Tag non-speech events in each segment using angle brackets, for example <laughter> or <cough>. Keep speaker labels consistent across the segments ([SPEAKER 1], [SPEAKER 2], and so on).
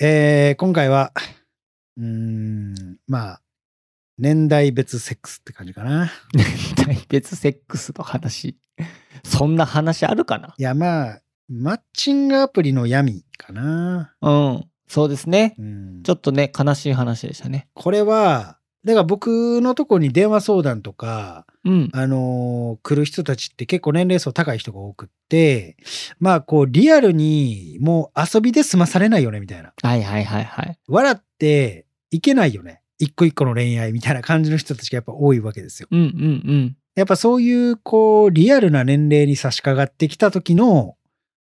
[SPEAKER 1] えー今回は、うーん、まあ、年代別セックスって感じかな。
[SPEAKER 2] <laughs> 別セックスの話。そんな話あるかない
[SPEAKER 1] や、まあ、マッチングアプリの闇かな。
[SPEAKER 2] うん。そうですね。
[SPEAKER 1] うん、
[SPEAKER 2] ちょっとね、悲しい話でしたね。
[SPEAKER 1] これは、だから僕のとこに電話相談とか、
[SPEAKER 2] うん。
[SPEAKER 1] あのー来る人たちって結構年齢層高い人が多くって、まあこうリアルにもう遊びで済まされないよねみたいな。
[SPEAKER 2] はいはいはいはい。
[SPEAKER 1] 笑っていけないよね。一個一個の恋愛みたいな感じの人たちがやっぱ多いわけですよ。
[SPEAKER 2] うんうんうん。
[SPEAKER 1] やっぱそういうこうリアルな年齢に差し掛かってきた時の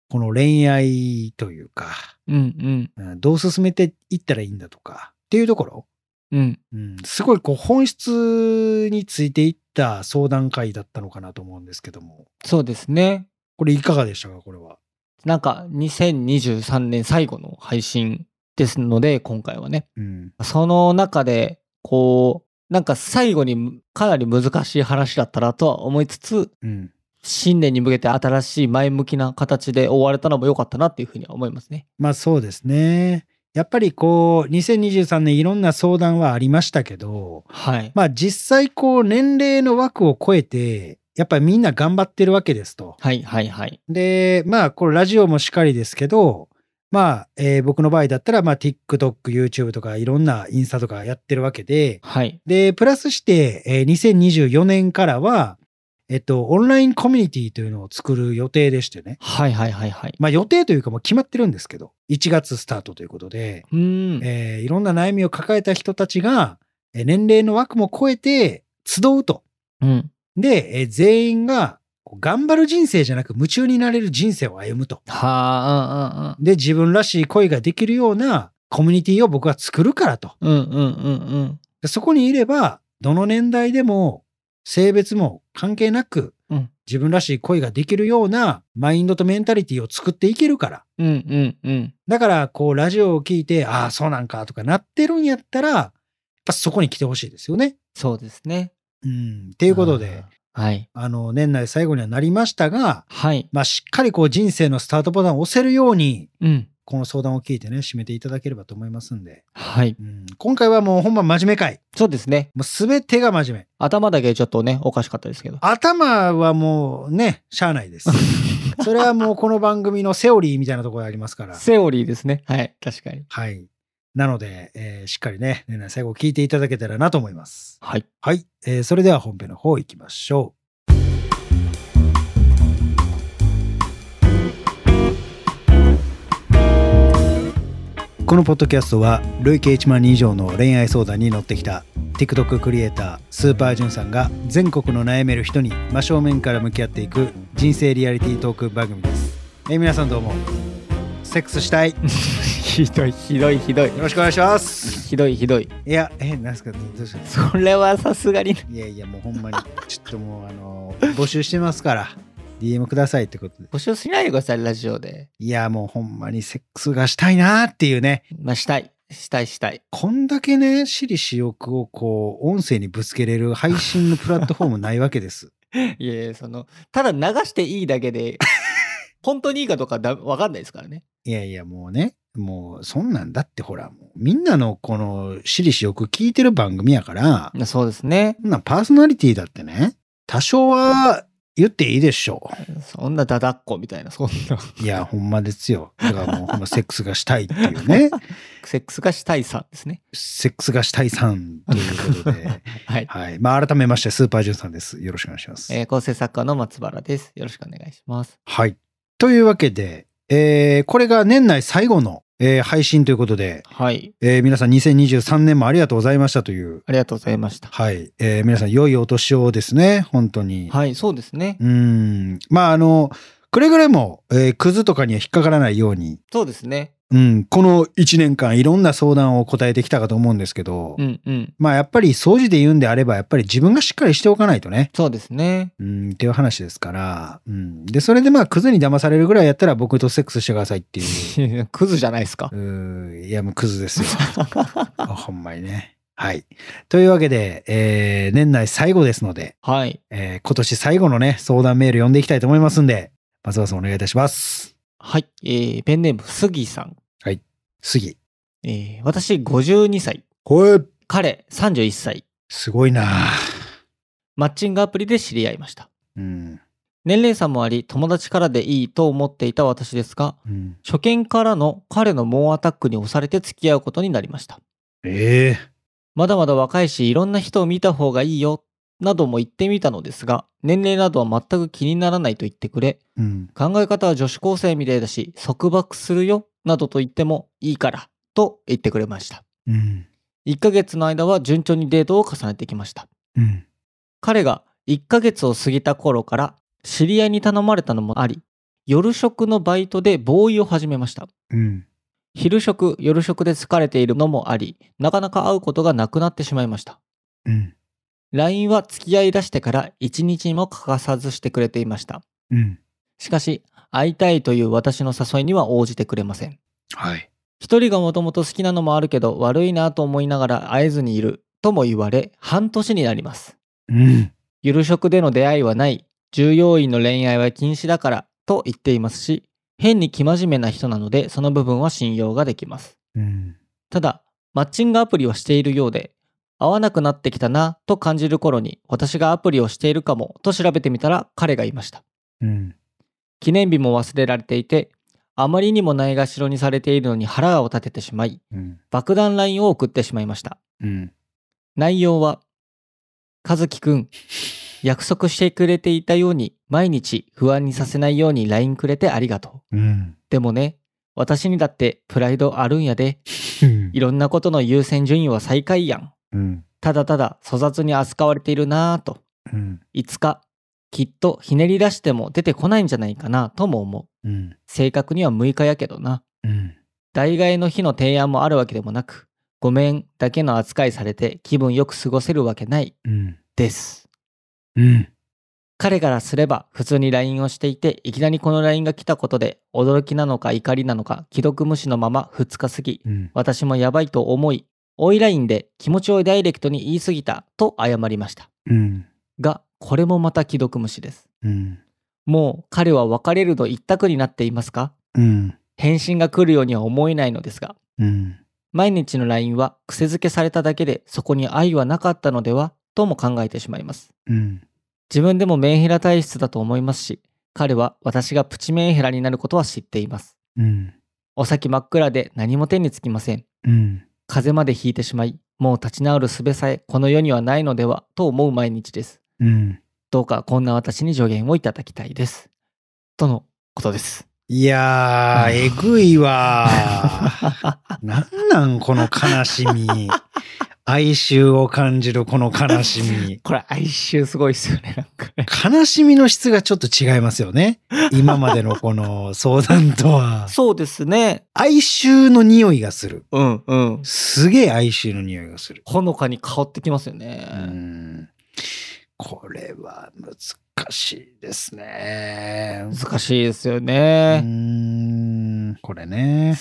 [SPEAKER 1] この恋愛というか、
[SPEAKER 2] うん
[SPEAKER 1] うんどう進めていったらいいんだとかっていうところ
[SPEAKER 2] うん。うん。
[SPEAKER 1] うん、すごいこう本質についていった相談会だったのかなと思うんですけども
[SPEAKER 2] そうですね。
[SPEAKER 1] これいかがでしたかこれは
[SPEAKER 2] なんか、2023年最後の配信ですので、今回はね。
[SPEAKER 1] うん
[SPEAKER 2] その中で、こう、なんか最後にかなり難しい話だったなとは思いつつ、
[SPEAKER 1] うん
[SPEAKER 2] 新年に向けて新しい前向きな形で終われたのも良かったなっていうふうには思いますね。
[SPEAKER 1] まあそうですねやっぱりこう2023年いろんな相談はありましたけど
[SPEAKER 2] はい。
[SPEAKER 1] まあ実際こう年齢の枠を超えてやっぱりみんな頑張ってるわけですと
[SPEAKER 2] はいはいはい。
[SPEAKER 1] でまあこれラジオもしかりですけどまあ、えー僕の場合だったら、まあ、TikTok、YouTube とかいろんなインスタとかやってるわけで、
[SPEAKER 2] はい。
[SPEAKER 1] で、プラスして、えー2024年からは、えっと、オンラインコミュニティというのを作る予定でしてね。
[SPEAKER 2] はいはいはいはい。
[SPEAKER 1] まあ予定というかもう決まってるんですけど、1月スタートということで、
[SPEAKER 2] うーん。
[SPEAKER 1] えーいろんな悩みを抱えた人たちが、えー年齢の枠も超えて集うと。
[SPEAKER 2] うん。
[SPEAKER 1] で、えー全員がこう頑張る人生じゃなく夢中になれる人生を歩むと。
[SPEAKER 2] はあ、
[SPEAKER 1] で、自分らしい恋ができるようなコミュニティを僕は作るからと。
[SPEAKER 2] うんうん。うんうんうんうん。
[SPEAKER 1] でそこにいれば、どの年代でも、性別も関係なく、
[SPEAKER 2] うん
[SPEAKER 1] 自分らしい恋ができるようなマインドとメンタリティを作っていけるから。
[SPEAKER 2] うんうんうん。
[SPEAKER 1] だから、こう、ラジオを聞いて、ああ、そうなんかとかなってるんやったら、やっぱそこに来てほしいですよね。
[SPEAKER 2] そうですね。
[SPEAKER 1] うん。っ
[SPEAKER 2] と
[SPEAKER 1] ていうことで、。
[SPEAKER 2] はい。
[SPEAKER 1] あの、年内最後にはなりましたが、
[SPEAKER 2] はい。
[SPEAKER 1] まあ、しっかりこう、人生のスタートボタンを押せるように、
[SPEAKER 2] うん。
[SPEAKER 1] この相談を聞いてね、締めていただければと思いますんで。
[SPEAKER 2] はい。
[SPEAKER 1] うん、今回はもうほんま真面目会。
[SPEAKER 2] そうですね。
[SPEAKER 1] もうすべてが真面目。
[SPEAKER 2] 頭だけちょっとね、おかしかったですけど。
[SPEAKER 1] 頭はもうね、しゃあないです。それはもうこの番組のセオリーみたいなところがありますから。
[SPEAKER 2] セオリーですね。はい。確かに。
[SPEAKER 1] はい。なので、えーしっかりね、年内最後聞いていただけたらなと思います。
[SPEAKER 2] はい。
[SPEAKER 1] はい。えーそれでは本編の方行きましょう。このポッドキャストは累計1万人以上の恋愛相談に乗ってきた TikTok クリエイタースーパージュンさんが全国の悩める人に真正面から向き合っていく人生リアリティートーク番組です。えー皆さんどうもセックスしたいよ
[SPEAKER 2] <laughs> ひどい、ひどい、ひどい。
[SPEAKER 1] ろしくお願いします。
[SPEAKER 2] ひどい、ひどい。
[SPEAKER 1] いやえー、なんですかどうした
[SPEAKER 2] それはさすがに。
[SPEAKER 1] いやいや、もうほんまに、 <laughs> ちょっともう、あの、募集してますから、DM くださいってことで。
[SPEAKER 2] 募集しないでください、ラジオで。
[SPEAKER 1] いや、もうほんまにセックスがしたいなーっていうね。
[SPEAKER 2] まあ、したい。したい、したい。
[SPEAKER 1] こんだけね、私利私欲をこう、音声にぶつけれる配信のプラットフォームないわけです。 <laughs>
[SPEAKER 2] いやいや、その、ただ流していいだけで、本当にいいかどうかだわかんないですからね。
[SPEAKER 1] いやいや、もうね、もう、そんなんだってほら、もうみんなのこの、私利私欲聞いてる番組やから、
[SPEAKER 2] そうですね。
[SPEAKER 1] そんなんパーソナリティだってね、多少は言っていいでしょ
[SPEAKER 2] そんなだだっこみたいな、そんな。
[SPEAKER 1] う。いや、ほんまですよ。だからもう、ほんまセックスがしたいっていうね。
[SPEAKER 2] セックスがしたいさんですね。
[SPEAKER 1] セックスがしたいさんということ
[SPEAKER 2] <laughs>
[SPEAKER 1] で、
[SPEAKER 2] はい。
[SPEAKER 1] はい。まあ、改めまして、スーパージュンさんです。よろしくお願いします。
[SPEAKER 2] えー構成作家の松原です。よろしくお願いします。
[SPEAKER 1] はい。というわけで、えーこれが年内最後の、えー配信ということで、
[SPEAKER 2] はい。
[SPEAKER 1] えー皆さん2023年もありがとうございましたという、
[SPEAKER 2] ありがとうございました。
[SPEAKER 1] はい。えー皆さん、良いお年をですね、本当に。
[SPEAKER 2] はい、そうですね。
[SPEAKER 1] うーん。まあ、あの、くれぐれも、えークズとかには引っかからないように、
[SPEAKER 2] そうですね。
[SPEAKER 1] うん、この1年間いろんな相談を答えてきたかと思うんですけど、
[SPEAKER 2] うんうん。
[SPEAKER 1] まあやっぱり掃除で言うんであればやっぱり自分がしっかりしておかないとね、
[SPEAKER 2] そうですね。
[SPEAKER 1] うん、っていう話ですから、うん。で、それでまあ、クズに騙されるぐらいやったら僕とセックスしてくださいっていう。
[SPEAKER 2] クズじゃないですか
[SPEAKER 1] う。ーいや、もうクズです <laughs> よ。ほんまにね。はい。というわけで、えー年内最後ですので、
[SPEAKER 2] はい。
[SPEAKER 1] えー今年最後のね、相談メール読んでいきたいと思いますんで、松原さんお願いいたします。
[SPEAKER 2] はい。えーペンネーム、杉さん。
[SPEAKER 1] 杉。
[SPEAKER 2] えー私52歳、
[SPEAKER 1] これ、
[SPEAKER 2] 彼31歳、
[SPEAKER 1] すごいな
[SPEAKER 2] マッチングアプリで知り合いました。
[SPEAKER 1] うん。
[SPEAKER 2] 年齢差もあり、友達からでいいと思っていた私ですが、
[SPEAKER 1] うん、
[SPEAKER 2] 初見からの彼の猛アタックに押されて付き合うことになりました。
[SPEAKER 1] ええ
[SPEAKER 2] まだまだ若いし、いろんな人を見た方がいいよ、なども言ってみたのですが、年齢などは全く気にならないと言ってくれ、
[SPEAKER 1] うん。
[SPEAKER 2] 考え方は女子高生みたいだし、束縛するよ、などと言ってもいいから、と言ってくれました。
[SPEAKER 1] うん。
[SPEAKER 2] 1ヶ月の間は順調にデートを重ねてきました。
[SPEAKER 1] うん。
[SPEAKER 2] 彼が1ヶ月を過ぎた頃から知り合いに頼まれたのもあり夜食のバイトでボーイを始めました
[SPEAKER 1] うん。
[SPEAKER 2] 昼食夜食で疲れているのもありなかなか会うことがなくなってしまいました
[SPEAKER 1] うん。
[SPEAKER 2] LINE は付き合い出してから1日も欠かさずしてくれていました
[SPEAKER 1] うん。
[SPEAKER 2] しかし会いたいという私の誘いには応じてくれません
[SPEAKER 1] はい。
[SPEAKER 2] 一人がもともと好きなのもあるけど悪いなと思いながら会えずにいるとも言われ半年になります
[SPEAKER 1] うん。
[SPEAKER 2] ゆる職での出会いはない、従業員の恋愛は禁止だからと言っていますし、変に生真面目な人なので、その部分は信用ができます。
[SPEAKER 1] うん。
[SPEAKER 2] ただ、マッチングアプリをしているようで、会わなくなってきたなと感じる頃に、私がアプリをしているかもと調べてみたら彼がいました。
[SPEAKER 1] うん。
[SPEAKER 2] 記念日も忘れられていて、あまりにもないがしろにされているのに腹を立ててしまい、
[SPEAKER 1] うん。
[SPEAKER 2] 爆弾 LINE を送ってしまいました。
[SPEAKER 1] うん。
[SPEAKER 2] 内容は、和樹くん、約束してくれていたように、毎日不安にさせないように LINE くれてありがとう。
[SPEAKER 1] うん。
[SPEAKER 2] でもね、私にだってプライドあるんやで、いろんなことの優先順位は最下位やん。
[SPEAKER 1] うん。
[SPEAKER 2] ただただ粗雑に扱われているなぁと。
[SPEAKER 1] うん。
[SPEAKER 2] いつか、きっとひねり出しても出てこないんじゃないかなとも思う。
[SPEAKER 1] うん。
[SPEAKER 2] 正確には6日やけどな。
[SPEAKER 1] うん。
[SPEAKER 2] 代替えの日の提案もあるわけでもなく、ごめんだけの扱いされて気分よく過ごせるわけない、
[SPEAKER 1] うん。
[SPEAKER 2] です。
[SPEAKER 1] うん。
[SPEAKER 2] 彼からすれば普通に LINE をしていていきなりこの LINE が来たことで驚きなのか怒りなのか既読無視のまま2日過ぎ
[SPEAKER 1] うん。
[SPEAKER 2] 私もやばいと思い追い LINE で気持ちをダイレクトに言い過ぎたと謝りました
[SPEAKER 1] うん。
[SPEAKER 2] がこれもまた既読無視です
[SPEAKER 1] うん。
[SPEAKER 2] もう彼は別れるの一択になっていますか
[SPEAKER 1] うん。
[SPEAKER 2] 返信が来るようには思えないのですが
[SPEAKER 1] うん。
[SPEAKER 2] 毎日の LINE は癖づけされただけでそこに愛はなかったのではとも考えてしまいます
[SPEAKER 1] うん。
[SPEAKER 2] 自分でもメンヘラ体質だと思いますし、彼は私がプチメンヘラになることは知っています。
[SPEAKER 1] うん。
[SPEAKER 2] お先真っ暗で何も手につきません。
[SPEAKER 1] うん。
[SPEAKER 2] 風邪までひいてしまい、もう立ち直る術さえこの世にはないのではと思う毎日です。
[SPEAKER 1] うん。
[SPEAKER 2] どうかこんな私に助言をいただきたいです。とのことです。
[SPEAKER 1] いやー、えぐいわー。なんなん、この悲しみ。哀愁を感じる、この悲しみ。
[SPEAKER 2] <laughs> これ哀愁すごいっすよね、なんかね。
[SPEAKER 1] 悲しみの質がちょっと違いますよね。今までのこの相談とは。
[SPEAKER 2] そうですね。
[SPEAKER 1] 哀愁の匂いがする。
[SPEAKER 2] うんうん。
[SPEAKER 1] すげえ哀愁の匂いがする。
[SPEAKER 2] ほのかに香ってきますよ
[SPEAKER 1] う
[SPEAKER 2] ね。
[SPEAKER 1] ん。これは難しいですね。
[SPEAKER 2] 難しいですよ
[SPEAKER 1] う
[SPEAKER 2] ね。
[SPEAKER 1] ん。これね。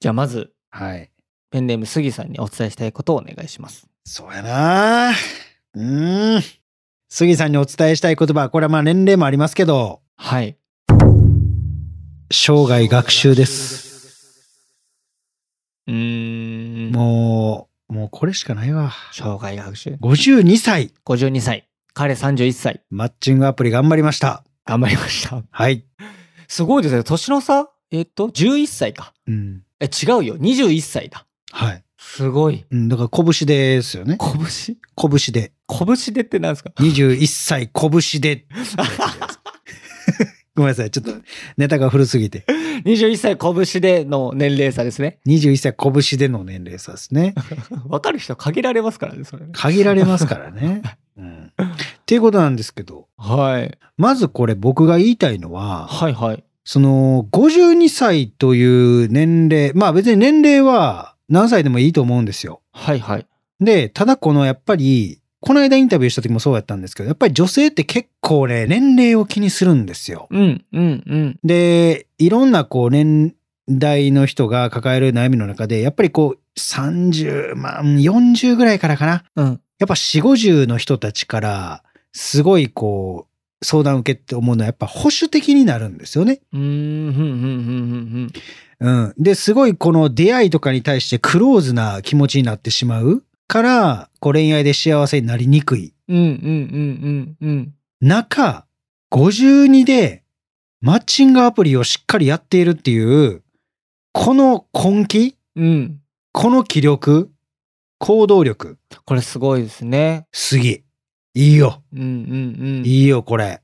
[SPEAKER 2] じゃあまず、
[SPEAKER 1] はい。
[SPEAKER 2] ペンネームすぎさんにお伝えしたいことをお願いします。
[SPEAKER 1] そうやなうーん。杉さんにお伝えしたい言葉、これはまあ年齢もありますけど、
[SPEAKER 2] はい。
[SPEAKER 1] 生涯学習です。
[SPEAKER 2] うーん。
[SPEAKER 1] もう、もうこれしかないわ。
[SPEAKER 2] 生涯学習。
[SPEAKER 1] 52歳、
[SPEAKER 2] 52歳。彼31歳。
[SPEAKER 1] マッチングアプリ頑張りました。
[SPEAKER 2] 頑張りました。
[SPEAKER 1] はい。
[SPEAKER 2] <laughs> すごいですね。年の差えっと、11歳か。
[SPEAKER 1] うん。
[SPEAKER 2] え、違うよ。21歳だ。
[SPEAKER 1] はい。
[SPEAKER 2] すごい。
[SPEAKER 1] うん、だから拳ですよね。
[SPEAKER 2] 拳
[SPEAKER 1] 拳で。
[SPEAKER 2] 拳でってなんですか
[SPEAKER 1] 21歳拳で。ごめんなさい。ちょっとネタが古すぎて。
[SPEAKER 2] ?21 歳拳での年齢差ですね。
[SPEAKER 1] 21歳拳での年齢差ですね。
[SPEAKER 2] <laughs> わかる人限られますからね、それね。
[SPEAKER 1] 限られますからね。うん。っていうことなんですけど、
[SPEAKER 2] はい。
[SPEAKER 1] まずこれ僕が言いたいのは、
[SPEAKER 2] はいはい。
[SPEAKER 1] その52歳という年齢、まあ別に年齢は何歳でもいいと思うんですよ。
[SPEAKER 2] はいはい。
[SPEAKER 1] で、ただこのやっぱり、この間インタビューした時もそうやったんですけど、やっぱり女性って結構ね、年齢を気にするんですよ。
[SPEAKER 2] うん、うん、うん。
[SPEAKER 1] で、いろんなこう年代の人が抱える悩みの中で、やっぱりこう30、まあうん40ぐらいからかな。
[SPEAKER 2] うん。
[SPEAKER 1] やっぱ4、50の人たちから、すごいこ相談受けって思うのはやっぱ保守的になるんですよね。
[SPEAKER 2] うーん、ふんふんふんふんふん。
[SPEAKER 1] うん。で、すごいこの出会いとかに対してクローズな気持ちになってしまうから、こう恋愛で幸せになりにくい。
[SPEAKER 2] うんうんうんうんうん。
[SPEAKER 1] 中、52でマッチングアプリをしっかりやっているっていう、この根気、
[SPEAKER 2] うん。
[SPEAKER 1] この気力、行動力、
[SPEAKER 2] これすごいですね。
[SPEAKER 1] すぎ。いいよ。
[SPEAKER 2] うんうんうん。
[SPEAKER 1] いいよ、これ。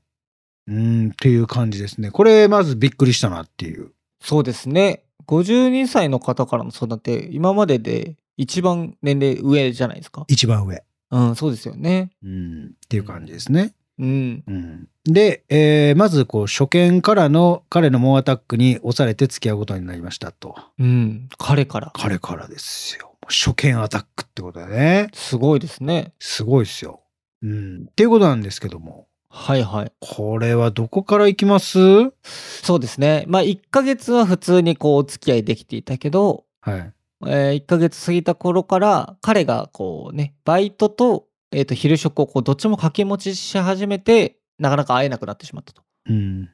[SPEAKER 1] うん、っていう感じですね。これ、まずびっくりしたなっていう。
[SPEAKER 2] そうですね。52歳の方からの相談って今までで一番年齢上じゃないですか。
[SPEAKER 1] 一番上。
[SPEAKER 2] うん、そうですよね。
[SPEAKER 1] うん、っていう感じですね。
[SPEAKER 2] うん。
[SPEAKER 1] うん、で、えーまずこう初見からの彼の猛アタックに押されて付き合うことになりましたと
[SPEAKER 2] うん。彼から。
[SPEAKER 1] 彼からですよ初見アタックってことだね
[SPEAKER 2] すごいですね。
[SPEAKER 1] すごいですよ、うん、っていうことなんですけども
[SPEAKER 2] はいはい。
[SPEAKER 1] これはどこからいきます
[SPEAKER 2] そうですね。まあ1ヶ月は普通にこうお付き合いできていたけど、
[SPEAKER 1] はい
[SPEAKER 2] え1ヶ月過ぎた頃から彼がこうね、バイトと、えっ、と、昼食をこうどっちも掛け持ちし始めて、なかなか会えなくなってしまったと。
[SPEAKER 1] うん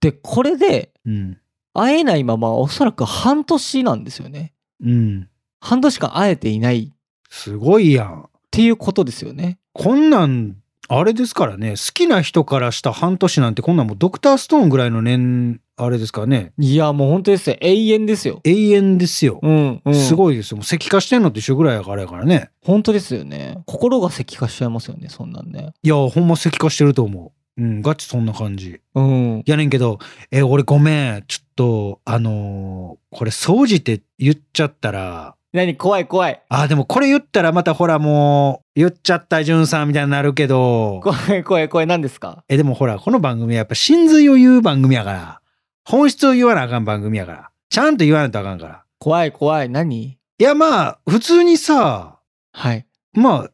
[SPEAKER 2] で、これで
[SPEAKER 1] うん
[SPEAKER 2] 会えないままおそらく半年なんですよね。
[SPEAKER 1] うん
[SPEAKER 2] 半年間会えていないっ
[SPEAKER 1] すごいやん
[SPEAKER 2] ていうことですよね。
[SPEAKER 1] こんなんあれですからね好きな人からした半年なんてこんなんもうドクターストーンぐらいの年あれですからね
[SPEAKER 2] いや、もう本当ですよ。永遠ですよ。
[SPEAKER 1] 永遠ですよ、
[SPEAKER 2] うん、うん。
[SPEAKER 1] す
[SPEAKER 2] い。
[SPEAKER 1] ごいですよもう石化してんのと一緒ぐらいやからやからね
[SPEAKER 2] 本当ですよね。心が石化しちゃいますよね、そんなんね。
[SPEAKER 1] いや、ほんま石化してると思う。うん、ガチそんな感じ。
[SPEAKER 2] うん。
[SPEAKER 1] やねんけど、え、俺ごめん。ちょっと、あのーこれ、掃除って言っちゃったら、
[SPEAKER 2] 何怖い怖い。
[SPEAKER 1] あ、でもこれ言ったらまたほらもう、言っちゃった、じゅんさんみたいになるけど、
[SPEAKER 2] 怖い怖い怖い。何ですか
[SPEAKER 1] え、でもほら、この番組はやっぱ真髄を言う番組やから、本質を言わなあかん番組やから、ちゃんと言わないとあかんから。
[SPEAKER 2] 怖い怖い。何
[SPEAKER 1] いや、まあ、普通にさ、
[SPEAKER 2] はい。
[SPEAKER 1] まあ、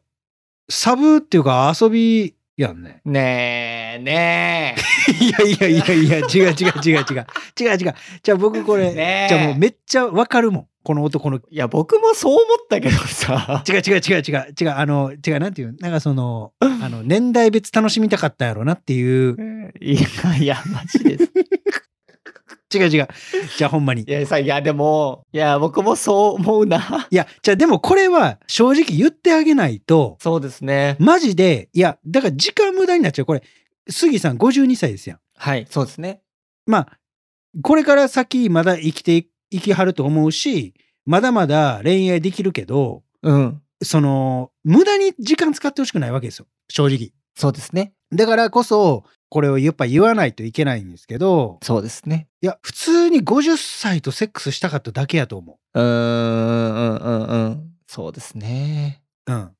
[SPEAKER 1] サブっていうか遊びやんね。
[SPEAKER 2] ねえ、ね
[SPEAKER 1] <laughs> いやいやいやいや、違う違う違う違う。違う違う。じゃあ僕これ、
[SPEAKER 2] ねえ
[SPEAKER 1] じゃあもうめっちゃわかるもん。この男の。
[SPEAKER 2] え。いや、僕もそう思ったけどさ。 <laughs>
[SPEAKER 1] 違う違う違う違う違う。あの、違う、なんていう、なんかそ <laughs> の、あの、年代別楽しみたかったんやろなっていう。
[SPEAKER 2] いや、いや、マジです。
[SPEAKER 1] 違う違う。じゃあほんまに。
[SPEAKER 2] いや、さ、いや、でも、いや、僕もそう思うな。
[SPEAKER 1] いや、じゃあでもこれは正直言ってあげないと、
[SPEAKER 2] そうですね。
[SPEAKER 1] マジで、いや、だから時間無駄になっちゃう。これ、杉さん52歳ですやん。
[SPEAKER 2] はい、そうですね。
[SPEAKER 1] まあ、これから先まだ生きてい生きはると思うし、まだまだ恋愛できるけど、
[SPEAKER 2] うん。
[SPEAKER 1] その、無駄に時間使ってほしくないわけですよ。正直。
[SPEAKER 2] そうですね。
[SPEAKER 1] だからこそ、これをやっぱ言わないといけないんですけど、
[SPEAKER 2] そうですね。
[SPEAKER 1] いや、普通に50歳とセックスしたかっただけやと思
[SPEAKER 2] うーん、うん、うん、うん。そうですね。
[SPEAKER 1] う。うん。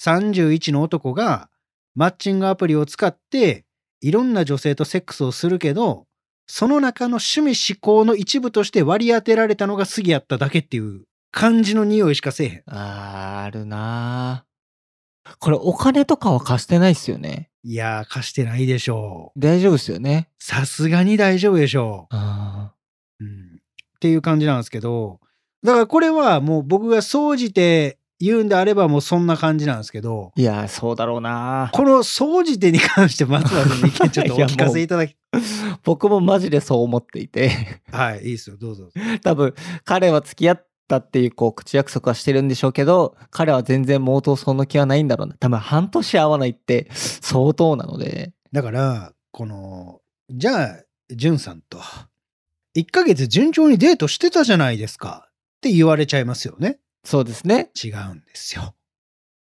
[SPEAKER 1] 31の男が、マッチングアプリを使って、いろんな女性とセックスをするけど、その中の趣味思考の一部として割り当てられたのが過ぎやっただけっていう感じの匂いしかせえへん。
[SPEAKER 2] あー、あるなーこれ、お金とかは貸してないっすよね。
[SPEAKER 1] いやー、貸してないでしょう。
[SPEAKER 2] 大丈夫っすよね。
[SPEAKER 1] さすがに大丈夫でしょう。
[SPEAKER 2] あ
[SPEAKER 1] うんっていう感じなんですけどだからこれはもう僕が総じて言うんであればもうそんな感じなんですけど
[SPEAKER 2] ーいやー、そうだろうなー
[SPEAKER 1] この総じてに関して松原さんの意見ちょっとお聞かせいただき
[SPEAKER 2] 僕もマジでそう思ってい <laughs> て。
[SPEAKER 1] はいいいですよどうぞ
[SPEAKER 2] 多分、彼は付き合ったっていう、こう、口約束はしてるんでしょうけど、彼は全然毛頭その気はないんだろうな。多分、半年会わないって、相当なので。
[SPEAKER 1] だからこのじゃあ潤さんと1ヶ月順調にデートしてたじゃないですかって言われちゃいますよね
[SPEAKER 2] そうですね。
[SPEAKER 1] 違うんですよ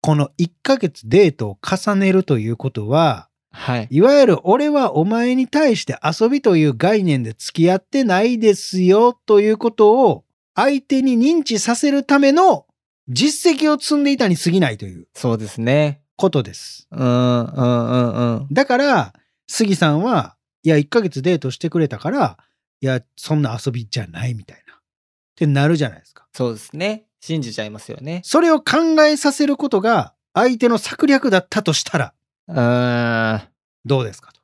[SPEAKER 1] この1ヶ月デートを重ねるということは
[SPEAKER 2] はい。
[SPEAKER 1] いわゆる俺はお前に対して遊びという概念で付き合ってないですよということを相手に認知させるための実績を積んでいたに過ぎないという
[SPEAKER 2] そうですね。
[SPEAKER 1] ことです。
[SPEAKER 2] うん、うん、うん、うん。
[SPEAKER 1] だから、杉さんは、いや、1ヶ月デートしてくれたから、いや、そんな遊びじゃないみたいな。ってなるじゃないですか。
[SPEAKER 2] そうですね。信じちゃいますよね。
[SPEAKER 1] それを考えさせることが相手の策略だったとしたら、
[SPEAKER 2] うーん。
[SPEAKER 1] どうですかと。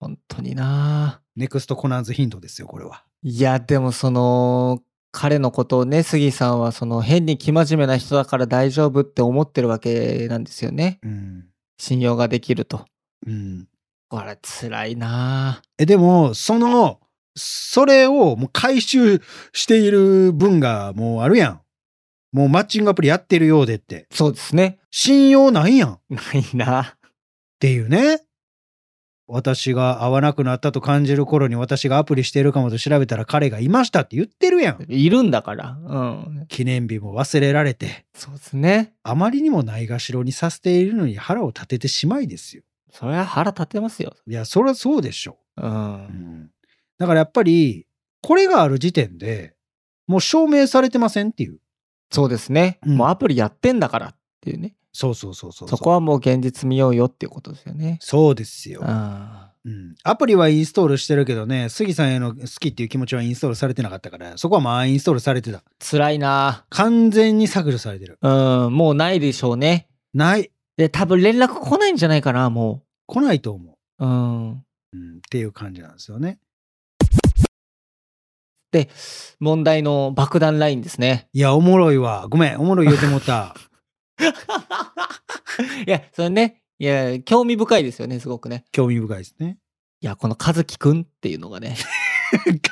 [SPEAKER 2] 本当にな
[SPEAKER 1] ネクストコナンズヒントですよ、これは。
[SPEAKER 2] いや、でもその、彼のことをね、杉さんはその変に生真面目な人だから大丈夫って思ってるわけなんですよね。
[SPEAKER 1] うん。
[SPEAKER 2] 信用ができると。
[SPEAKER 1] うん。
[SPEAKER 2] これ辛いなぁ
[SPEAKER 1] えでもそのそれをもう回収している分がもうあるやんもうマッチングアプリやってるようでって
[SPEAKER 2] そうですね。
[SPEAKER 1] 信用ないやんっ
[SPEAKER 2] ないな
[SPEAKER 1] ていうね私が会わなくなったと感じる頃に私がアプリしてるかもと調べたら彼がいましたって言ってるやん
[SPEAKER 2] いるんだから。うん。
[SPEAKER 1] 記念日も忘れられて
[SPEAKER 2] そうですね。
[SPEAKER 1] あまりにもないがしろにさせているのに腹を立ててしまいですよ
[SPEAKER 2] それは腹立てますよ。
[SPEAKER 1] いやそりゃそうでしょ
[SPEAKER 2] う。
[SPEAKER 1] うんんだからやっぱりこれがある時点でもう証明されてませんっていう
[SPEAKER 2] そうですね。
[SPEAKER 1] うん
[SPEAKER 2] もうアプリやってんだからっていうね。
[SPEAKER 1] そうそうそうそう
[SPEAKER 2] そこはもう現実見ようよっていうことですよね。
[SPEAKER 1] そうですよ、
[SPEAKER 2] あ
[SPEAKER 1] うん、アプリはインストールしてるけどね杉さんへの好きっていう気持ちはインストールされてなかったからそこはまあインストールされてた
[SPEAKER 2] 辛いな
[SPEAKER 1] 完全に削除されてる
[SPEAKER 2] うん、もうないでしょうね。
[SPEAKER 1] ない
[SPEAKER 2] で、多分連絡来ないんじゃないかな、も
[SPEAKER 1] 来ないと思
[SPEAKER 2] う。うん。
[SPEAKER 1] う、うん、っていう感じなんですよね
[SPEAKER 2] で、問題の爆弾ラインですね。
[SPEAKER 1] いやおもろいわごめんおもろい言うてもった <laughs>
[SPEAKER 2] いや、それね、いや、興味深いですよね、すごくね。
[SPEAKER 1] 興味深いですね
[SPEAKER 2] いや、この和樹くんっていうのがね。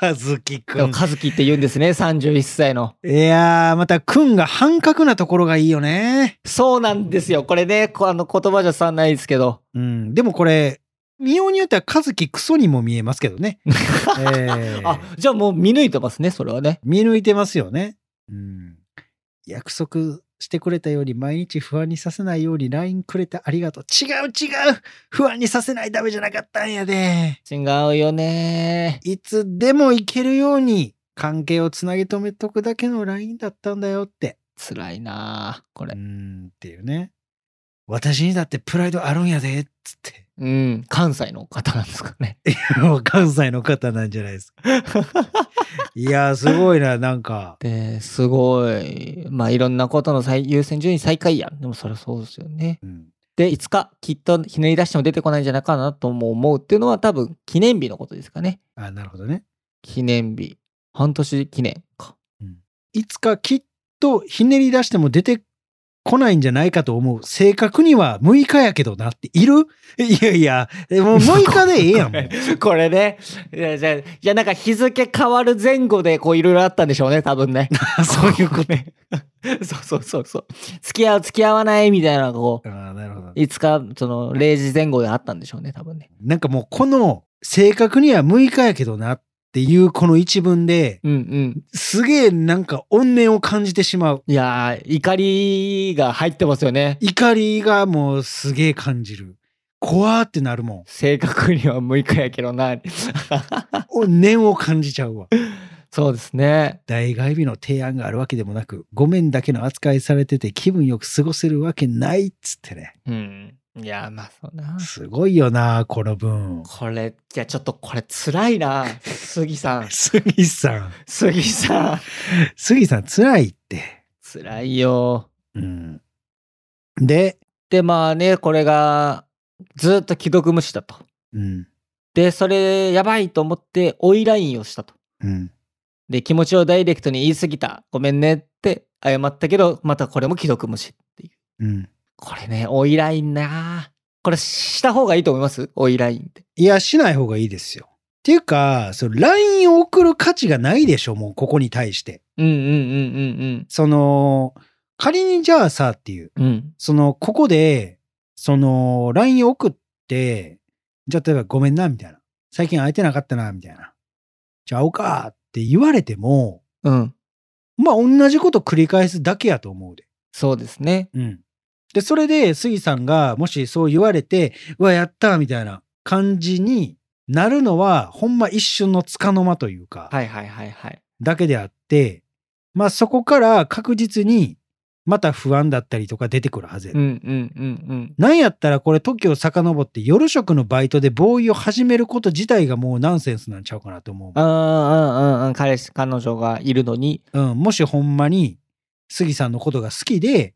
[SPEAKER 1] 和樹
[SPEAKER 2] でも和樹って言うんですね、31歳の。
[SPEAKER 1] いやーまたくんが半角なところがいいよね
[SPEAKER 2] そうなんですよ。これね、こあの言葉じゃさんないですけ <laughs> ど。
[SPEAKER 1] うんでもこれ見ようによっては和樹クソにも見えますけど <laughs> ね、えー
[SPEAKER 2] あ、じゃあもう見抜いてますね、それはね。
[SPEAKER 1] 見抜いてますよね。うん。約束してくれたように毎日不安にさせないように LINE くれてありがとう。違う違う不安にさせないためじゃなかったんやで。
[SPEAKER 2] 違うよね。
[SPEAKER 1] いつでも行けるように関係をつなぎ止めとくだけの LINE だったんだよって。
[SPEAKER 2] 辛いなこ
[SPEAKER 1] う
[SPEAKER 2] れ。
[SPEAKER 1] んっていうね。私にだってプライドあるんやで、つって。 <laughs>
[SPEAKER 2] うん、関西の方なんですかね。
[SPEAKER 1] もう関西の方なんじゃないですか。 <laughs> いやー、すごいな、なんか。
[SPEAKER 2] で、すごい。まあ、いろんなことの最優先順位最下位やん。でも、それそうですよね。
[SPEAKER 1] うん、
[SPEAKER 2] で、いつかきっとひねり出しても出てこないんじゃないかなとも思うっていうのは多分記念日のことですかね。
[SPEAKER 1] あ、なるほどね。
[SPEAKER 2] 記念日。半年記念か。
[SPEAKER 1] いつかきっとひねり出しても出てこないんじゃないかと思う。正確には6日やけどなって、いる <laughs> いやいや、えもう6日でええやん。もう
[SPEAKER 2] <laughs> これね。いや、じゃあじゃあなんか日付変わる前後でこういろいろあったんでしょうね、多分ね。 <laughs> そういうことね。 <laughs> そうそうそうそう。付き合う、付き合わないみたいなのがこう。
[SPEAKER 1] あーなるほど。
[SPEAKER 2] いつか、その、0時前後であったんでしょうね、多分ね。
[SPEAKER 1] なんかもうこの正確には6日やけどなっていうこの一文で、
[SPEAKER 2] うんうん。
[SPEAKER 1] すげえなんか怨念を感じてしまう。
[SPEAKER 2] いやー、怒りが入ってますよね。
[SPEAKER 1] 怒りがもうすげえ感じる。怖ーってなるもん。
[SPEAKER 2] 正確には6日やけど <laughs> な。
[SPEAKER 1] お念を感じちゃうわ。
[SPEAKER 2] そうですね。
[SPEAKER 1] 大外日の提案があるわけでもなく、ごめんだけの扱いされてて気分よく過ごせるわけないっつってね。
[SPEAKER 2] うん。いやー、まあそうな。
[SPEAKER 1] すごいよな、この文。
[SPEAKER 2] これ、いや、ちょっとこれ辛いな。杉さ <laughs> ん。
[SPEAKER 1] 杉さん。
[SPEAKER 2] 杉さん。
[SPEAKER 1] 杉さん、辛いって。
[SPEAKER 2] 辛いよ。
[SPEAKER 1] うん。で、
[SPEAKER 2] で、まあね、これが、ずっと既読無視だと。
[SPEAKER 1] うん。
[SPEAKER 2] で、それ、やばいと思って、追いラインをしたと。
[SPEAKER 1] うん。
[SPEAKER 2] で、気持ちをダイレクトに言い過ぎた。ごめんねって謝ったけど、またこれも既読無視っていう。
[SPEAKER 1] うん。
[SPEAKER 2] これね、追いラインなあこれした方がいいと思います追いラインって。
[SPEAKER 1] いや、しない方がいいですよ。っていうか、その LINE を送る価値がないでしょ、もうここに対して。
[SPEAKER 2] うんうんうん
[SPEAKER 1] その、仮にじゃあさっていう、
[SPEAKER 2] うんうん。うん。
[SPEAKER 1] その、ここで、その、LINE を送って、じゃあ例えばごめんな、みたいな。最近会えてなかったな、みたいな。じゃあ会おうかって言われても、
[SPEAKER 2] うん。
[SPEAKER 1] まあ同じこと繰り返すだけやと思うで。
[SPEAKER 2] そうですね。
[SPEAKER 1] うん。で、それで杉さんがもしそう言われて、うわ、やったみたいな感じになるのは、ほんま一瞬のつかの間というか、
[SPEAKER 2] はいはいはいはい。
[SPEAKER 1] だけであって、まあそこから確実にまた不安だったりとか出てくるはずや
[SPEAKER 2] う
[SPEAKER 1] で、
[SPEAKER 2] んうんうんうん。
[SPEAKER 1] なんやったらこれ時を遡って夜食のバイトでボーイを始めること自体がもうナンセンスなんちゃうかなと思う
[SPEAKER 2] あ。あ、うんうんうん。彼氏、彼女がいるのに。
[SPEAKER 1] うん、もしほんまに杉さんのことが好きで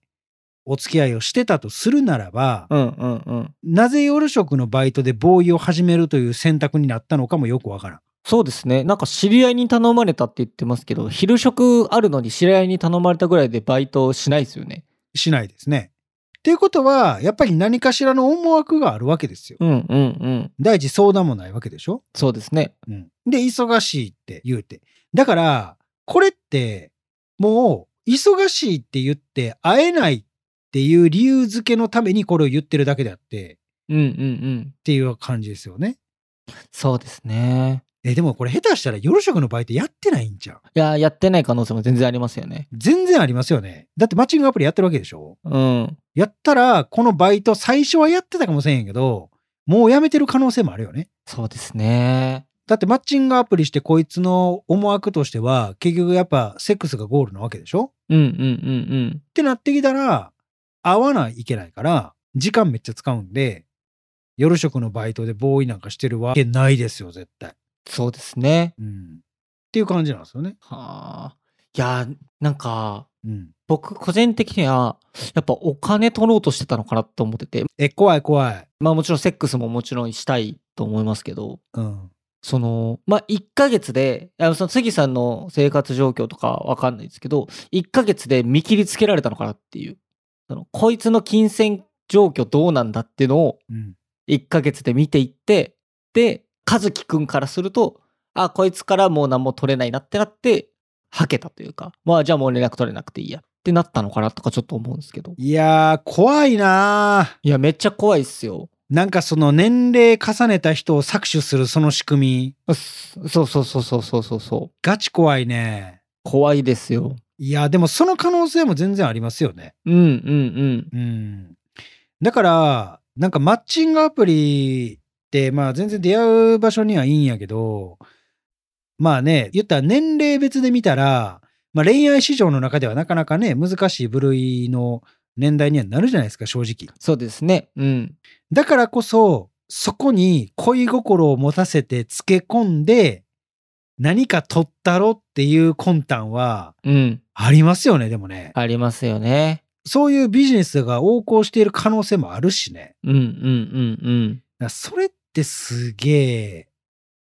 [SPEAKER 1] お付き合いをしてたとするならば、
[SPEAKER 2] うんうんうん。
[SPEAKER 1] なぜ夜食のバイトでボーイを始めるという選択になったのかもよくわからん。
[SPEAKER 2] そうですね。なんか知り合いに頼まれたって言ってますけど、昼食あるのに知り合いに頼まれたぐらいでバイトしないですよね。
[SPEAKER 1] しないですね。っっていうことは、やっぱり何かしらの思惑があるわけですよ。
[SPEAKER 2] うんうんうん。
[SPEAKER 1] 第一、相談もないわけでしょ
[SPEAKER 2] そうですね。
[SPEAKER 1] うん。で、忙しいって言うて。だから、これって、もう、忙しいって言って、会えないっていう理由付けのためにこれを言ってるだけであって、
[SPEAKER 2] うんうんうん。
[SPEAKER 1] っていう感じですよね。
[SPEAKER 2] そうですね。
[SPEAKER 1] え、でもこれ下手したら夜食のバイトやってないんじゃん。
[SPEAKER 2] いや、やってない可能性も全然ありますよね。
[SPEAKER 1] 全然ありますよね。だってマッチングアプリやってるわけでしょ
[SPEAKER 2] うん。
[SPEAKER 1] やったら、このバイト最初はやってたかもしれんけど、もうやめてる可能性もあるよね。
[SPEAKER 2] そうですね。
[SPEAKER 1] だってマッチングアプリしてこいつの思惑としては、結局やっぱセックスがゴールなわけでしょ
[SPEAKER 2] うんうんうん
[SPEAKER 1] ってなってきたら、会わないといけないから、時間めっちゃ使うんで、夜食のバイトでボーイなんかしてるわけないですよ、絶対。
[SPEAKER 2] そうですね。
[SPEAKER 1] うん。っていう感じなんですよね。
[SPEAKER 2] はあ。いや、なんか、
[SPEAKER 1] うん。
[SPEAKER 2] 僕個人的には、やっぱお金取ろうとしてたのかなと思ってて、
[SPEAKER 1] え、怖い怖い。
[SPEAKER 2] まあもちろんセックスももちろんしたいと思いますけど、
[SPEAKER 1] うん。
[SPEAKER 2] その、まあ1ヶ月で、あのその杉さんの生活状況とかわかんないですけど、1ヶ月で見切りつけられたのかなっていう、そのこいつの金銭状況どうなんだっていうのを
[SPEAKER 1] うん。
[SPEAKER 2] 1ヶ月で見ていって、で、和樹くんからすると、あ、こいつからもう何も取れないなってなって、はけたというか、まあじゃあもう連絡取れなくていいやってなったのかなとかちょっと思うんですけど。
[SPEAKER 1] いやー、怖いなー。
[SPEAKER 2] いや、めっちゃ怖いっすよ。
[SPEAKER 1] なんかその年齢重ねた人を搾取するその仕組み、
[SPEAKER 2] うっすそうそうそうそうそうそうそう。
[SPEAKER 1] ガチ怖いね。
[SPEAKER 2] 怖いですよ。
[SPEAKER 1] いやー、でもその可能性も全然ありますよね。
[SPEAKER 2] うんうん
[SPEAKER 1] うん。だから、なんかマッチングアプリって、まあ全然出会う場所にはいいんやけど、まあね、言ったら年齢別で見たら、まあ恋愛市場の中ではなかなかね、難しい部類の年代にはなるじゃないですか、正直。
[SPEAKER 2] そうですね。うん。
[SPEAKER 1] だからこそ、そこに恋心を持たせてつけ込んで、何か取ったろっていう魂胆は
[SPEAKER 2] うん。
[SPEAKER 1] ありますよね、でもね。
[SPEAKER 2] ありますよね。
[SPEAKER 1] そういうビジネスが横行している可能性もあるしね。
[SPEAKER 2] うんうんうんうん。
[SPEAKER 1] だからそれってすげえ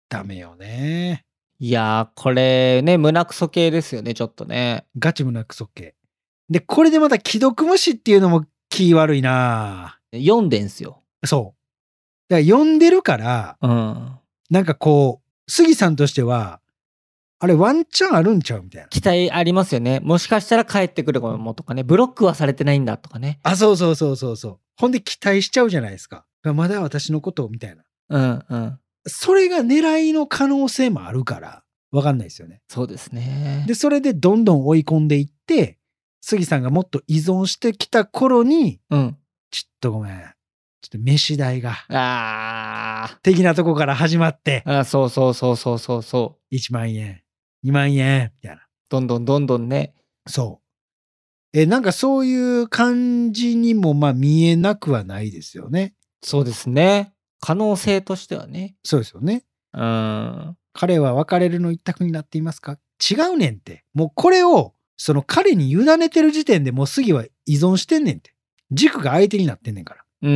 [SPEAKER 1] ダメよね。
[SPEAKER 2] いやー、これね、胸くそ系ですよね、ちょっとね。
[SPEAKER 1] ガチ胸クソ系。で、これでまた既読無視っていうのも気悪いな
[SPEAKER 2] 読んでんすよ。
[SPEAKER 1] そう。だから呼んでるから、
[SPEAKER 2] うん。
[SPEAKER 1] なんかこう、杉さんとしては、あれワンチャンあるんちゃうみたいな。
[SPEAKER 2] 期待ありますよね。もしかしたら帰ってくるかもとかね、ブロックはされてないんだとかね。
[SPEAKER 1] あ、そうそうそうそうそう。ほんで期待しちゃうじゃないですか。まだ私のことをみたいな。
[SPEAKER 2] うんうん。
[SPEAKER 1] それが狙いの可能性もあるから、わかんないですよね。
[SPEAKER 2] そうですね。
[SPEAKER 1] で、それでどんどん追い込んでいって、杉さんがもっと依存してきた頃に、
[SPEAKER 2] うん。
[SPEAKER 1] ちょっとごめん。ちょっと飯代が、
[SPEAKER 2] あ
[SPEAKER 1] 的なとこから始まって
[SPEAKER 2] ー、あー、そうそうそうそうそうそう。
[SPEAKER 1] 1万円、2万円、みたいな。
[SPEAKER 2] どんどんどんどんね。
[SPEAKER 1] そう。え、なんかそういう感じにも、まあ見えなくはないですよね。
[SPEAKER 2] そうですね。可能性としてはね。
[SPEAKER 1] そうですよね。
[SPEAKER 2] うん。
[SPEAKER 1] 彼は別れるの一択になっていますか違うねんって。もうこれを、その彼に委ねてる時点でもう杉は依存してんねんって。軸が相手になってんねんから。
[SPEAKER 2] うんうん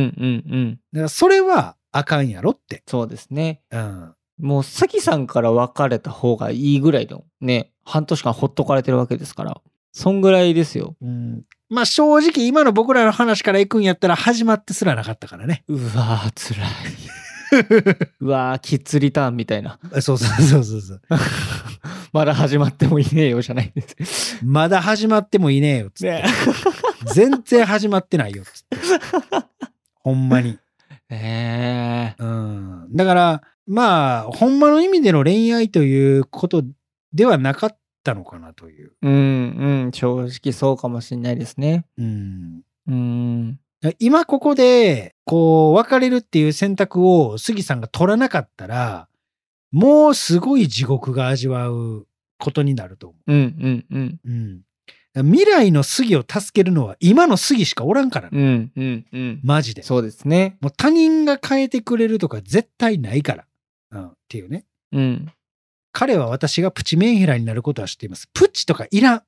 [SPEAKER 2] うん。
[SPEAKER 1] だからそれはあかんやろって。
[SPEAKER 2] そうですね。
[SPEAKER 1] うん。
[SPEAKER 2] もう、さきさんから別れた方がいいぐらいのね、半年間ほっとかれてるわけですから、そんぐらいですよ。
[SPEAKER 1] うん、まあ正直今の僕らの話から行くんやったら始まってすらなかったからね。
[SPEAKER 2] うわー、つらい。 <laughs> うわー、キッズリターンみたいな。
[SPEAKER 1] <laughs> そうそうそうそうそう。
[SPEAKER 2] <laughs> まだ始まってもいねえよじゃないんです。 <laughs>
[SPEAKER 1] まだ始まってもいねえよっつって。
[SPEAKER 2] ね
[SPEAKER 1] <laughs> 全然始まってないよっつって。ほんまに。
[SPEAKER 2] え。ねえ。
[SPEAKER 1] うん。だからまあほんまの意味での恋愛ということではなかったのかなという。
[SPEAKER 2] うんうん、正直そうかもしんないですね。
[SPEAKER 1] うん。
[SPEAKER 2] うん。
[SPEAKER 1] 今ここで、こう、別れるっていう選択を杉さんが取らなかったら、もうすごい地獄が味わうことになると思
[SPEAKER 2] うんうんうん。
[SPEAKER 1] う。うん。未来の杉を助けるのは今の杉しかおらんからね。
[SPEAKER 2] うんうんうん。
[SPEAKER 1] マジで。
[SPEAKER 2] そうですね。
[SPEAKER 1] もう他人が変えてくれるとか絶対ないから。うん。っていうね。
[SPEAKER 2] うん。
[SPEAKER 1] 彼は私がプチメンヘラになることは知っています。プチとかいら
[SPEAKER 2] <laughs>
[SPEAKER 1] ん。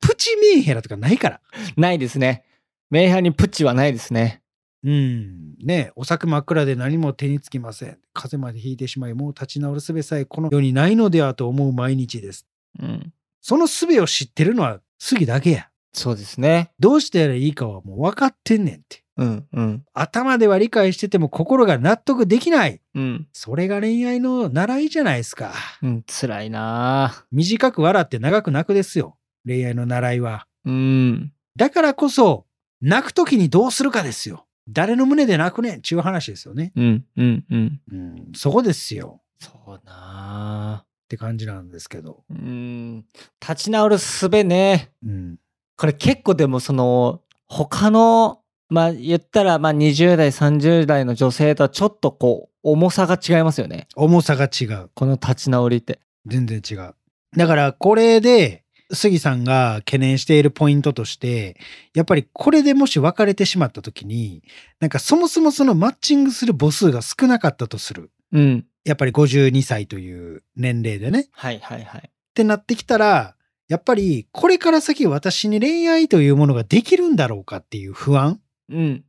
[SPEAKER 1] プチメンヘラとかないから。
[SPEAKER 2] ないですね。名阪にプチはないですね。
[SPEAKER 1] うん。ねえお酒真っ暗で何も手につきません。風邪までひいてしまい、もう立ち直る術さえこの世にないのではと思う毎日です。
[SPEAKER 2] うん。
[SPEAKER 1] その術を知ってるのは杉だけや。
[SPEAKER 2] そうですね。
[SPEAKER 1] どうしたらいいかはもう分かってんねんって。
[SPEAKER 2] うんうん。
[SPEAKER 1] 頭では理解してても心が納得できない。
[SPEAKER 2] うん。
[SPEAKER 1] それが恋愛の習いじゃないですか。
[SPEAKER 2] うん、辛いな
[SPEAKER 1] 短く笑って長く泣くですよ。恋愛の習いは。
[SPEAKER 2] ぁうん。
[SPEAKER 1] だからこそ、泣くときにどうするかですよ。誰の胸で泣くねんっていう話ですよね。
[SPEAKER 2] うんうんうん。
[SPEAKER 1] うん、そこですよ。
[SPEAKER 2] そうな
[SPEAKER 1] って感じなんですけど。
[SPEAKER 2] ぁうん。立ち直る術ね。
[SPEAKER 1] うん。
[SPEAKER 2] これ結構でもその、他の、まあ言ったらまあ20代、30代の女性とはちょっとこう、重さが違いますよね。
[SPEAKER 1] 重さが違う。
[SPEAKER 2] この立ち直りって。
[SPEAKER 1] 全然違う。だから、これで、杉さんが懸念しているポイントとして、やっぱりこれでもし別れてしまった時に、なんかそもそもそのマッチングする母数が少なかったとする。
[SPEAKER 2] うん。
[SPEAKER 1] やっぱり52歳という年齢でね。
[SPEAKER 2] はいはいはい。
[SPEAKER 1] ってなってきたら、やっぱりこれから先私に恋愛というものができるんだろうかっていう不安
[SPEAKER 2] うん。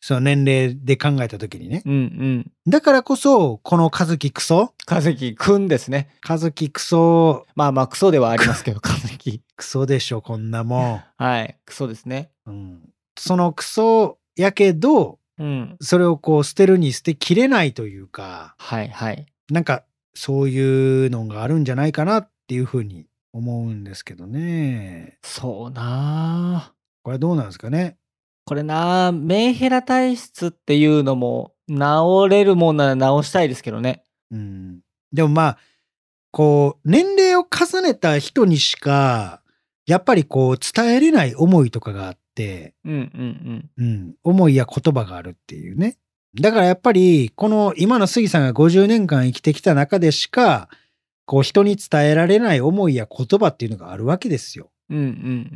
[SPEAKER 1] その年齢で考えた時にね。
[SPEAKER 2] うんうん。
[SPEAKER 1] だからこそ、この和樹クソ
[SPEAKER 2] かずきくんですね。
[SPEAKER 1] 和樹クソ、
[SPEAKER 2] まあまあクソではありますけど、かずき。
[SPEAKER 1] クソでしょ、こんなも
[SPEAKER 2] はい。クソですね。
[SPEAKER 1] ん。 <laughs> うん、そのクソやけど、
[SPEAKER 2] うん。
[SPEAKER 1] それをこう捨てるに捨てきれないというか、
[SPEAKER 2] はいはい。
[SPEAKER 1] なんかそういうのがあるんじゃないかなっていうふうに思うんですけどね。
[SPEAKER 2] そうなぁ。
[SPEAKER 1] これはどうなんですかね。
[SPEAKER 2] これなぁ、メンヘラ体質っていうのも、治れるもんなら治したいですけどね。
[SPEAKER 1] うん、でもまあこう年齢を重ねた人にしかやっぱりこう伝えれない思いとかがあって、
[SPEAKER 2] うんうん
[SPEAKER 1] うん、思いや言葉があるっていうねだからやっぱりこの今の杉さんが50年間生きてきた中でしかこう人に伝えられない思いや言葉っていうのがあるわけですよ
[SPEAKER 2] うん。うんう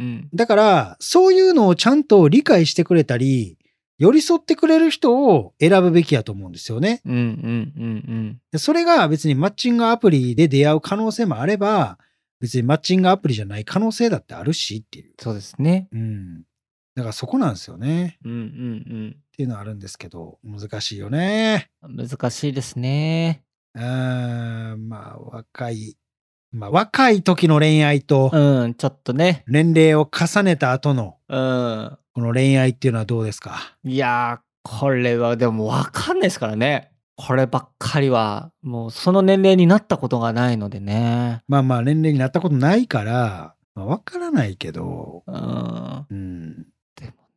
[SPEAKER 2] ん
[SPEAKER 1] だからそういうのをちゃんと理解してくれたり寄り添ってくれる人を選ぶべきやと思うんですよね。
[SPEAKER 2] うん。うんうんうん
[SPEAKER 1] でそれが別にマッチングアプリで出会う可能性もあれば、別にマッチングアプリじゃない可能性だってあるしっていう。
[SPEAKER 2] そうですね。
[SPEAKER 1] うん。だからそこなんですよね。
[SPEAKER 2] うんうん
[SPEAKER 1] っていうのはあるんですけど、難しいよね。
[SPEAKER 2] うん。難しいですね。
[SPEAKER 1] うーん、まあ若い、まあ若い時の恋愛と
[SPEAKER 2] うん、ちょっとね。
[SPEAKER 1] 年齢を重ねた後の
[SPEAKER 2] うん。
[SPEAKER 1] この恋愛っていうのはどうですか
[SPEAKER 2] いやー、これはでもわかんないですからね。こればっかりは、もうその年齢になったことがないのでね。
[SPEAKER 1] まあまあ年齢になったことないから、まあわからないけど、
[SPEAKER 2] うん。
[SPEAKER 1] うん、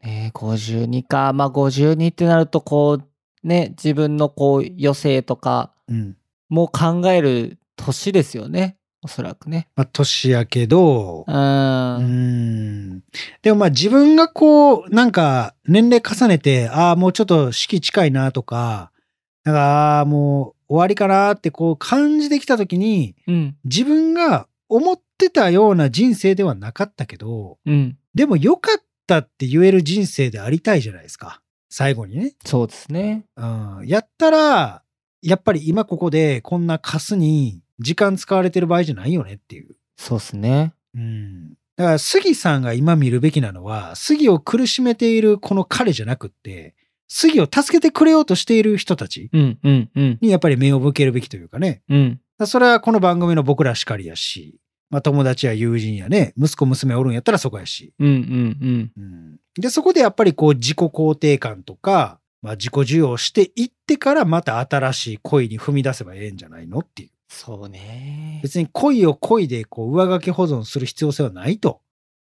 [SPEAKER 2] ね52か。まあ52ってなると、こう、ね、自分のこう、余生とか
[SPEAKER 1] うん。
[SPEAKER 2] も考える年ですよね。おそらくね。
[SPEAKER 1] まあ年やけど
[SPEAKER 2] う、ん。
[SPEAKER 1] うーんでもまあ自分がこう、なんか年齢重ねて、ああ、もうちょっと式近いなとか、なんか、ああ、もう終わりかなってこう感じてきた時に、
[SPEAKER 2] うん。
[SPEAKER 1] 自分が思ってたような人生ではなかったけど、
[SPEAKER 2] うん。
[SPEAKER 1] でも良かったって言える人生でありたいじゃないですか。最後にね。
[SPEAKER 2] そうですね。
[SPEAKER 1] うん。やったら、やっぱり今ここでこんなカスに時間使われてる場合じゃないよねっていう。
[SPEAKER 2] そうですね。
[SPEAKER 1] うんだから杉さんが今見るべきなのは杉を苦しめているこの彼じゃなくって杉を助けてくれようとしている人たち
[SPEAKER 2] うん、うん、うん。
[SPEAKER 1] にやっぱり目を向けるべきというかね
[SPEAKER 2] うん。
[SPEAKER 1] それはこの番組の僕らしかりやし、まあ、友達や友人やね息子娘おるんやったらそこやし、
[SPEAKER 2] うん、うん、
[SPEAKER 1] うんでそこでやっぱりこう自己肯定感とか、まあ、自己需要をしていってからまた新しい恋に踏み出せばええんじゃないのっていう
[SPEAKER 2] そうね。
[SPEAKER 1] 別に恋を恋でこう上書き保存する必要性はないと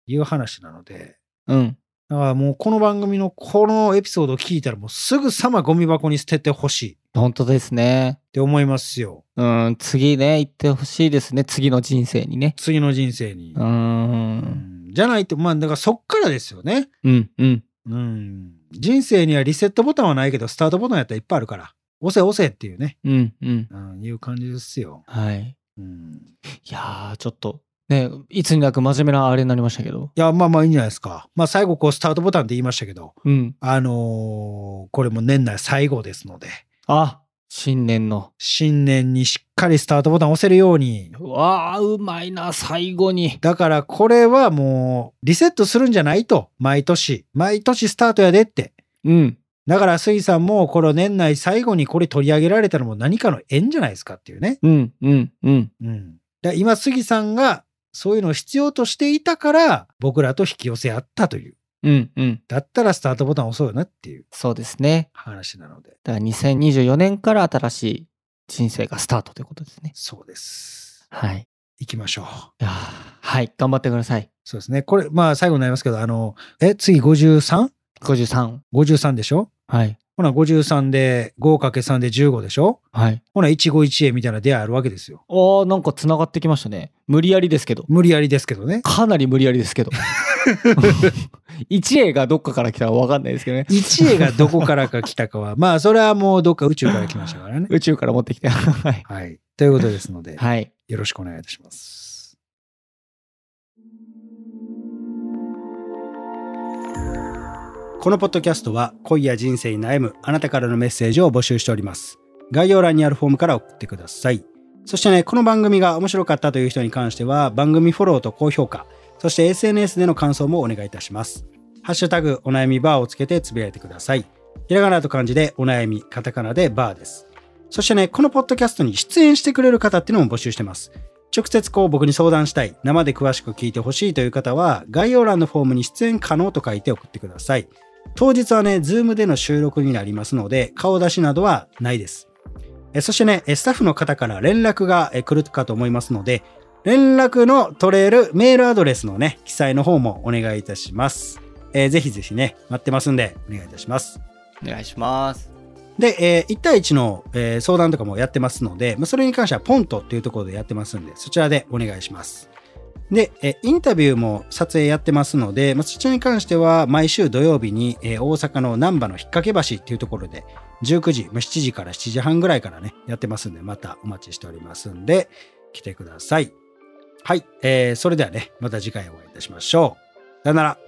[SPEAKER 1] いう話なので
[SPEAKER 2] うん。
[SPEAKER 1] だからもうこの番組のこのエピソードを聞いたらもうすぐさまゴミ箱に捨ててほしいっ
[SPEAKER 2] 本当ですね。
[SPEAKER 1] て思いますよ。
[SPEAKER 2] うん、次ね、行ってほしいですね。次の人生にね。
[SPEAKER 1] 次の人生に
[SPEAKER 2] う。ーん。
[SPEAKER 1] うんじゃないと、まあだからそっからですよね。
[SPEAKER 2] うん、うん。
[SPEAKER 1] うん。人生にはリセットボタンはないけど、スタートボタンやったらいっぱいあるから、押せ押せっていうね、
[SPEAKER 2] うん、うん。
[SPEAKER 1] うん、いう感じですよ。
[SPEAKER 2] はい。
[SPEAKER 1] うん。
[SPEAKER 2] いやー、ちょっと、ね、いつになく真面目なあれになりましたけど。
[SPEAKER 1] いや、まあまあいいんじゃないですか。まあ最後こうスタートボタンって言いましたけど、
[SPEAKER 2] うん。
[SPEAKER 1] あのーこれも年内最後ですので、
[SPEAKER 2] あ、新年の。
[SPEAKER 1] 新年にしっかりスタートボタン押せるように
[SPEAKER 2] うわー、うまいな、最後に。
[SPEAKER 1] だからこれはもうリセットするんじゃないと。毎年。毎年スタートやでって。
[SPEAKER 2] うん。
[SPEAKER 1] だから杉さんもこの年内最後にこれ取り上げられたのも何かの縁じゃないですかっていうね。
[SPEAKER 2] うん、うん、うん。
[SPEAKER 1] うん。だから今杉さんがそういうのを必要としていたから、僕らと引き寄せ合ったという。
[SPEAKER 2] うんうん。
[SPEAKER 1] だったらスタートボタン押そうよなっていう
[SPEAKER 2] そうですね。
[SPEAKER 1] 話なので。
[SPEAKER 2] だから2024年から新しい人生がスタートということですね。
[SPEAKER 1] そうです。
[SPEAKER 2] はい。
[SPEAKER 1] 行きましょう。
[SPEAKER 2] いやーはい。頑張ってください。
[SPEAKER 1] そうですね。これ、まあ最後になりますけど、あの、え、次 53?53
[SPEAKER 2] 53。
[SPEAKER 1] でしょ
[SPEAKER 2] はい。
[SPEAKER 1] ほな、53で 5×3 で15でしょ
[SPEAKER 2] はい。
[SPEAKER 1] ほな、一期一会みたいな出会いあるわけですよ。
[SPEAKER 2] おー、なんか繋がってきましたね。無理やりですけど。
[SPEAKER 1] 無理やりですけ
[SPEAKER 2] <laughs>
[SPEAKER 1] どね。
[SPEAKER 2] かなり無理やりです <laughs> けど。一 A がどっかから来たらわかんないですけどね。
[SPEAKER 1] 一会がどこからか来たかは、まあそれはもうどっか宇宙から来ましたからね。
[SPEAKER 2] 宇宙から持ってきて。はい。
[SPEAKER 1] はい。ということですので、
[SPEAKER 2] はい。
[SPEAKER 1] よろしくお願いいたします。このポッドキャストは恋や人生に悩むあなたからのメッセージを募集しております。概要欄にあるフォームから送ってください。そしてね、この番組が面白かったという人に関しては番組フォローと高評価、そして SNS での感想もお願いいたします。ハッシュタグお悩みバーをつけてつぶやいてください。ひらがなと漢字でお悩み、カタカナでバーです。そしてね、このポッドキャストに出演してくれる方っていうのも募集してます。直接こう僕に相談したい、生で詳しく聞いてほしいという方は、概要欄のフォームに出演可能と書いて送ってください。当日はね、ズームでの収録になりますので、顔出しなどはないです。えそしてね、えスタッフの方から連絡がえ来るかと思いますので、連絡の取れるメールアドレスのね、記載の方もお願いいたします。えーぜひぜひね、待ってますんで、お願いいたします。
[SPEAKER 2] お願いします。
[SPEAKER 1] で、え1対1の、えー相談とかもやってますので、まあ、それに関してはポントっていうところでやってますんで、そちらでお願いします。で、えーインタビューも撮影やってますので、まあ、そちらに関しては毎週土曜日に、えー大阪の難波の引っ掛け橋っていうところで、19時、まあ7時から7時半ぐらいからね、やってますんで、またお待ちしておりますんで、来てください。はい、えーそれではね、また次回お会いいたしましょう。さよなら。